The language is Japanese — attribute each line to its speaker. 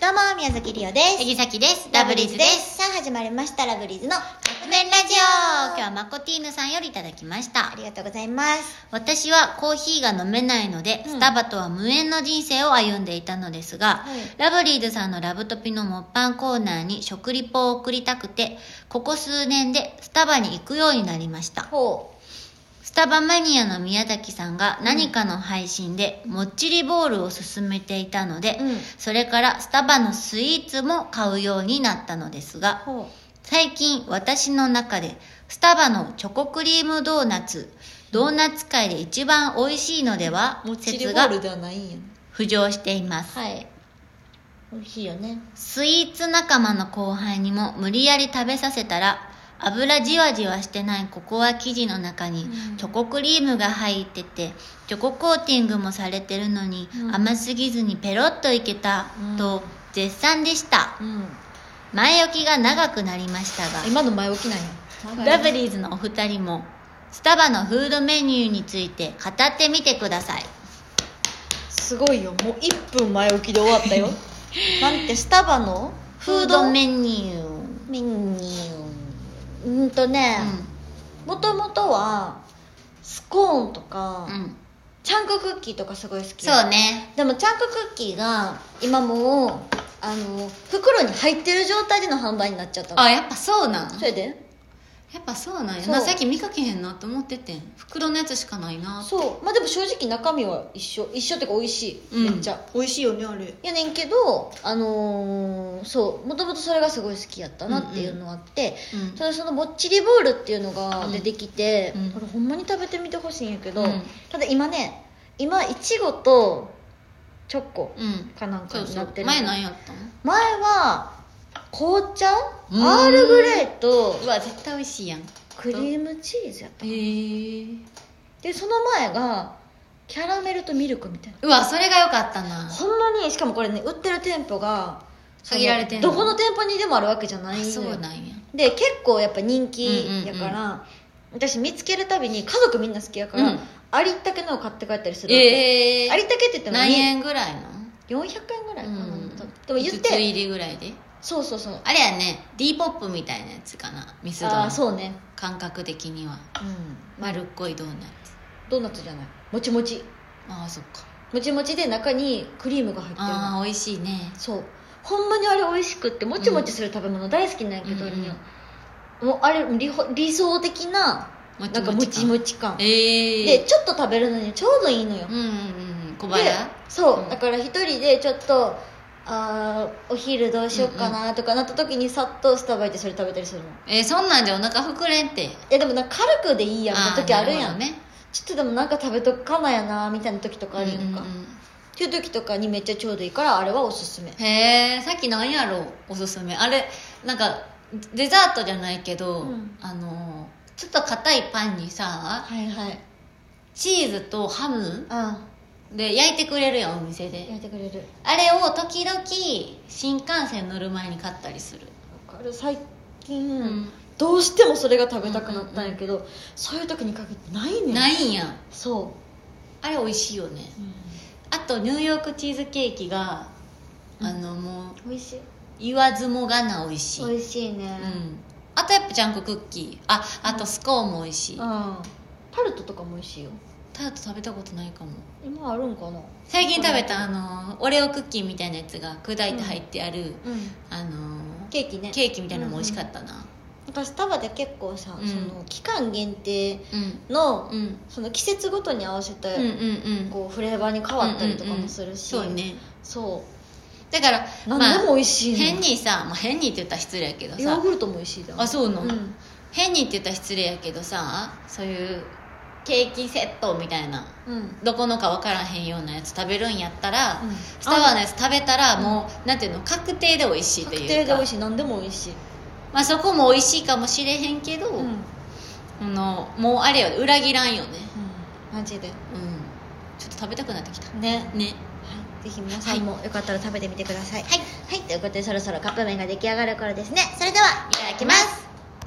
Speaker 1: どうも、宮崎りおです。
Speaker 2: ぎさきです。ダブリーズです。。
Speaker 1: さあ、始まりました、ラブリーズの
Speaker 2: ご
Speaker 1: 革
Speaker 2: め
Speaker 1: 命
Speaker 2: ん
Speaker 1: ラ
Speaker 2: ラ
Speaker 1: ジ
Speaker 2: ジ
Speaker 1: オ
Speaker 2: オ今日はマコティーヌさんよりいただきまし
Speaker 1: あ
Speaker 2: た。
Speaker 1: りがとうございます。
Speaker 2: 私はコーヒーが飲めないので、
Speaker 1: うん
Speaker 2: スタバとは無縁の人生を歩んでいたのですが、
Speaker 1: はい
Speaker 2: ラブリーズさんのラブトピのモッパンコーナーに食リポを送りたくて、ここ数年でスタバに行くようになりました。
Speaker 1: ほ
Speaker 2: スタバマニアの宮崎さんが何かの配信でもっちりボールを勧めていたので、
Speaker 1: うん
Speaker 2: それからスタバのスイーツも買うようになったのですが、
Speaker 1: ほう。
Speaker 2: 最近私の中でスタバのチョコクリームドーナツドーナツ界で一番美味しいのでは説が
Speaker 1: ではないんや
Speaker 2: 浮上しています
Speaker 1: はい。美味しいよね。
Speaker 2: スイーツ仲間の後輩にも無理やり食べさせたら油じわじわしてないココア生地の中に
Speaker 1: うん
Speaker 2: チョコクリームが入っててチョココーティングもされてるのに
Speaker 1: うん
Speaker 2: 甘すぎずにペロッといけた
Speaker 1: うん
Speaker 2: と絶賛でした
Speaker 1: うん。
Speaker 2: 前置きが長くなりましたが
Speaker 1: 今の前置きなんや。
Speaker 2: ラブリーズのお二人もスタバのフードメニューについて語ってみてください
Speaker 1: すごいよ。もう1分前置きで終わったよ。 なんて、スタバの
Speaker 2: フードメニュー、うん、
Speaker 1: メニュー。うんとね、もともとは、スコーンとか、
Speaker 2: うん
Speaker 1: チャンククッキーとかすごい好き。
Speaker 2: そうね
Speaker 1: でもチャンククッキーが今もうあの袋に入ってる状態での販売になっちゃったの
Speaker 2: あやっぱそうなん
Speaker 1: それで
Speaker 2: やっぱそうなんや
Speaker 1: そう
Speaker 2: なさっき見かけへんなと思っててん袋のやつしかないな
Speaker 1: そうまあでも正直中身は一緒一緒っていうか美味しい、
Speaker 2: うん
Speaker 1: めっちゃ
Speaker 3: 美味しいよねあれ
Speaker 1: やねんけどあのーそうもともとそれがすごい好きやったなっていうのがあって、
Speaker 2: うん
Speaker 1: ただそのもっちりボールっていうのが出てきて、
Speaker 2: うんうん
Speaker 1: これほんまに食べてみてほしいんやけど、
Speaker 2: うん
Speaker 1: ただ今ね今いちごとチョコ
Speaker 2: うん
Speaker 1: かなんか
Speaker 2: そう
Speaker 1: に
Speaker 2: そ
Speaker 1: な
Speaker 2: う
Speaker 1: ってる
Speaker 2: 前何やったの
Speaker 1: 前は紅茶
Speaker 2: うーん
Speaker 1: アールグレーと
Speaker 2: うわ絶対美味しいやんへ
Speaker 1: クリームチーズやった
Speaker 2: えー、
Speaker 1: でその前がキャラメルとミルクみたいな
Speaker 2: うわそれが良かったな
Speaker 1: ほんまにしかもこれね売ってる店舗がその
Speaker 2: 限られてんの
Speaker 1: どこの店舗にでもあるわけじゃな
Speaker 2: あ
Speaker 1: いのよ
Speaker 2: そうなんや
Speaker 1: で結構やっぱ人気やから、私見つけるたびに家族みんな好きやから、
Speaker 2: うん
Speaker 1: ありったけのを買って帰ったりするわけ、
Speaker 2: ええ
Speaker 1: ありったけって言っても
Speaker 2: 何
Speaker 1: ね
Speaker 2: 円ぐらいの
Speaker 1: 400円ぐらいかな、
Speaker 2: うん
Speaker 1: でも言っ
Speaker 2: 五つ入
Speaker 1: て
Speaker 2: りぐらいで
Speaker 1: そうそうそう
Speaker 2: あれやね D ポップみたいなやつかなミスド
Speaker 1: ああー
Speaker 2: の
Speaker 1: そうね
Speaker 2: 感覚的には
Speaker 1: うん
Speaker 2: 丸っこいドーナツ
Speaker 1: ドーナツじゃないもちもち
Speaker 2: ああそっか
Speaker 1: もちもちで中にクリームが入ってるの
Speaker 2: ああ美味しいね
Speaker 1: そうほんまにあれ美味しくってもちもちする食べ物大好きなんやけど、
Speaker 2: うんうんうん
Speaker 1: もうあれ理ほ理想的な
Speaker 2: もちもち
Speaker 1: なんかもちもち感
Speaker 2: ええ
Speaker 1: でちょっと食べるのにちょうどいいのよ、
Speaker 2: うんうんうん小
Speaker 1: で
Speaker 2: 腹
Speaker 1: そう、
Speaker 2: うん
Speaker 1: だから一人でちょっとあーお昼どうしようかなとかなった時にさっとスタバ行ってそれ食べたりするのい
Speaker 2: えー、そんなんでお腹膨れんって
Speaker 1: やでもなんか軽くでいいやん
Speaker 2: あ
Speaker 1: って時あるや
Speaker 2: ーなほ
Speaker 1: ん、
Speaker 2: どね
Speaker 1: ちょっとでもなんか食べとかなやなみたいな時とかあるやんか、
Speaker 2: うんうん
Speaker 1: っていう時とかにめっちゃちょうどいいからあれはおすすめ
Speaker 2: うんへえさっき何やろうおすすめあれなんかデザートじゃないけど、
Speaker 1: うん
Speaker 2: あのーちょっと硬いパンにさ
Speaker 1: はいはい
Speaker 2: チーズとハム
Speaker 1: あ
Speaker 2: で焼いてくれるやんお店で
Speaker 1: あ焼いてくれる
Speaker 2: あれを時々新幹線乗る前に買ったりする
Speaker 1: わかる最近、
Speaker 2: ん
Speaker 1: どうしてもそれが食べたくなったんやけど、そういう時に限ってないねん
Speaker 2: ないんや
Speaker 1: そ
Speaker 2: あれ美味しいよね
Speaker 1: う、
Speaker 2: あとニューヨークチーズケーキがあのもう
Speaker 1: 美味しい
Speaker 2: 言わずもがな美味しい、
Speaker 1: 美味しいね
Speaker 2: うん、あとやっぱジャンククッキーああとスコーンも美味しい
Speaker 1: ああタルトとかも美味しいよ
Speaker 2: タルト食べたことないかも
Speaker 1: 今あるんかな
Speaker 2: 最近食べたあのオレオクッキーみたいなやつが砕いて入ってある、
Speaker 1: うん
Speaker 2: あの
Speaker 1: ケーキね
Speaker 2: ケーキみたいなのも美味しかったな
Speaker 1: 私タバで結構さ、
Speaker 2: うん
Speaker 1: その期間限定
Speaker 2: うん
Speaker 1: の,、
Speaker 2: うん
Speaker 1: その季節ごとに合わせて、
Speaker 2: うんうんうん
Speaker 1: こうフレーバーに変わったりとかもするし、
Speaker 2: うんうんうんそうね
Speaker 1: そ
Speaker 2: だから
Speaker 1: う何でも美味しいね、
Speaker 2: 変にさ、まあ、変にって言ったら失礼やけど
Speaker 1: ヨー
Speaker 2: さ
Speaker 1: グルトも美味しいだ
Speaker 2: あそうなの、
Speaker 1: うん
Speaker 2: 変にって言ったら失礼やけどさそういうケーキセットみたいな
Speaker 1: うん
Speaker 2: どこのか分からへんようなやつ食べるんやったら、
Speaker 1: うん
Speaker 2: スタバのやつ食べたらもう、なんていうの確定で美味しいと
Speaker 1: 確
Speaker 2: いうか
Speaker 1: 定で美味しい何でも美味しい、
Speaker 2: まあ、そこも美味しいかもしれへんけど、
Speaker 1: うん
Speaker 2: あのもうあれよ裏切らんよね
Speaker 1: マジで
Speaker 2: うんちょっと食べたくなってきた
Speaker 1: ね、
Speaker 2: ね
Speaker 1: はい、ぜひ皆さんもよかったら食べてみてくださいはい、はい、ということでそろそろカップ麺が出来上がる頃ですねそれではい
Speaker 2: ただきます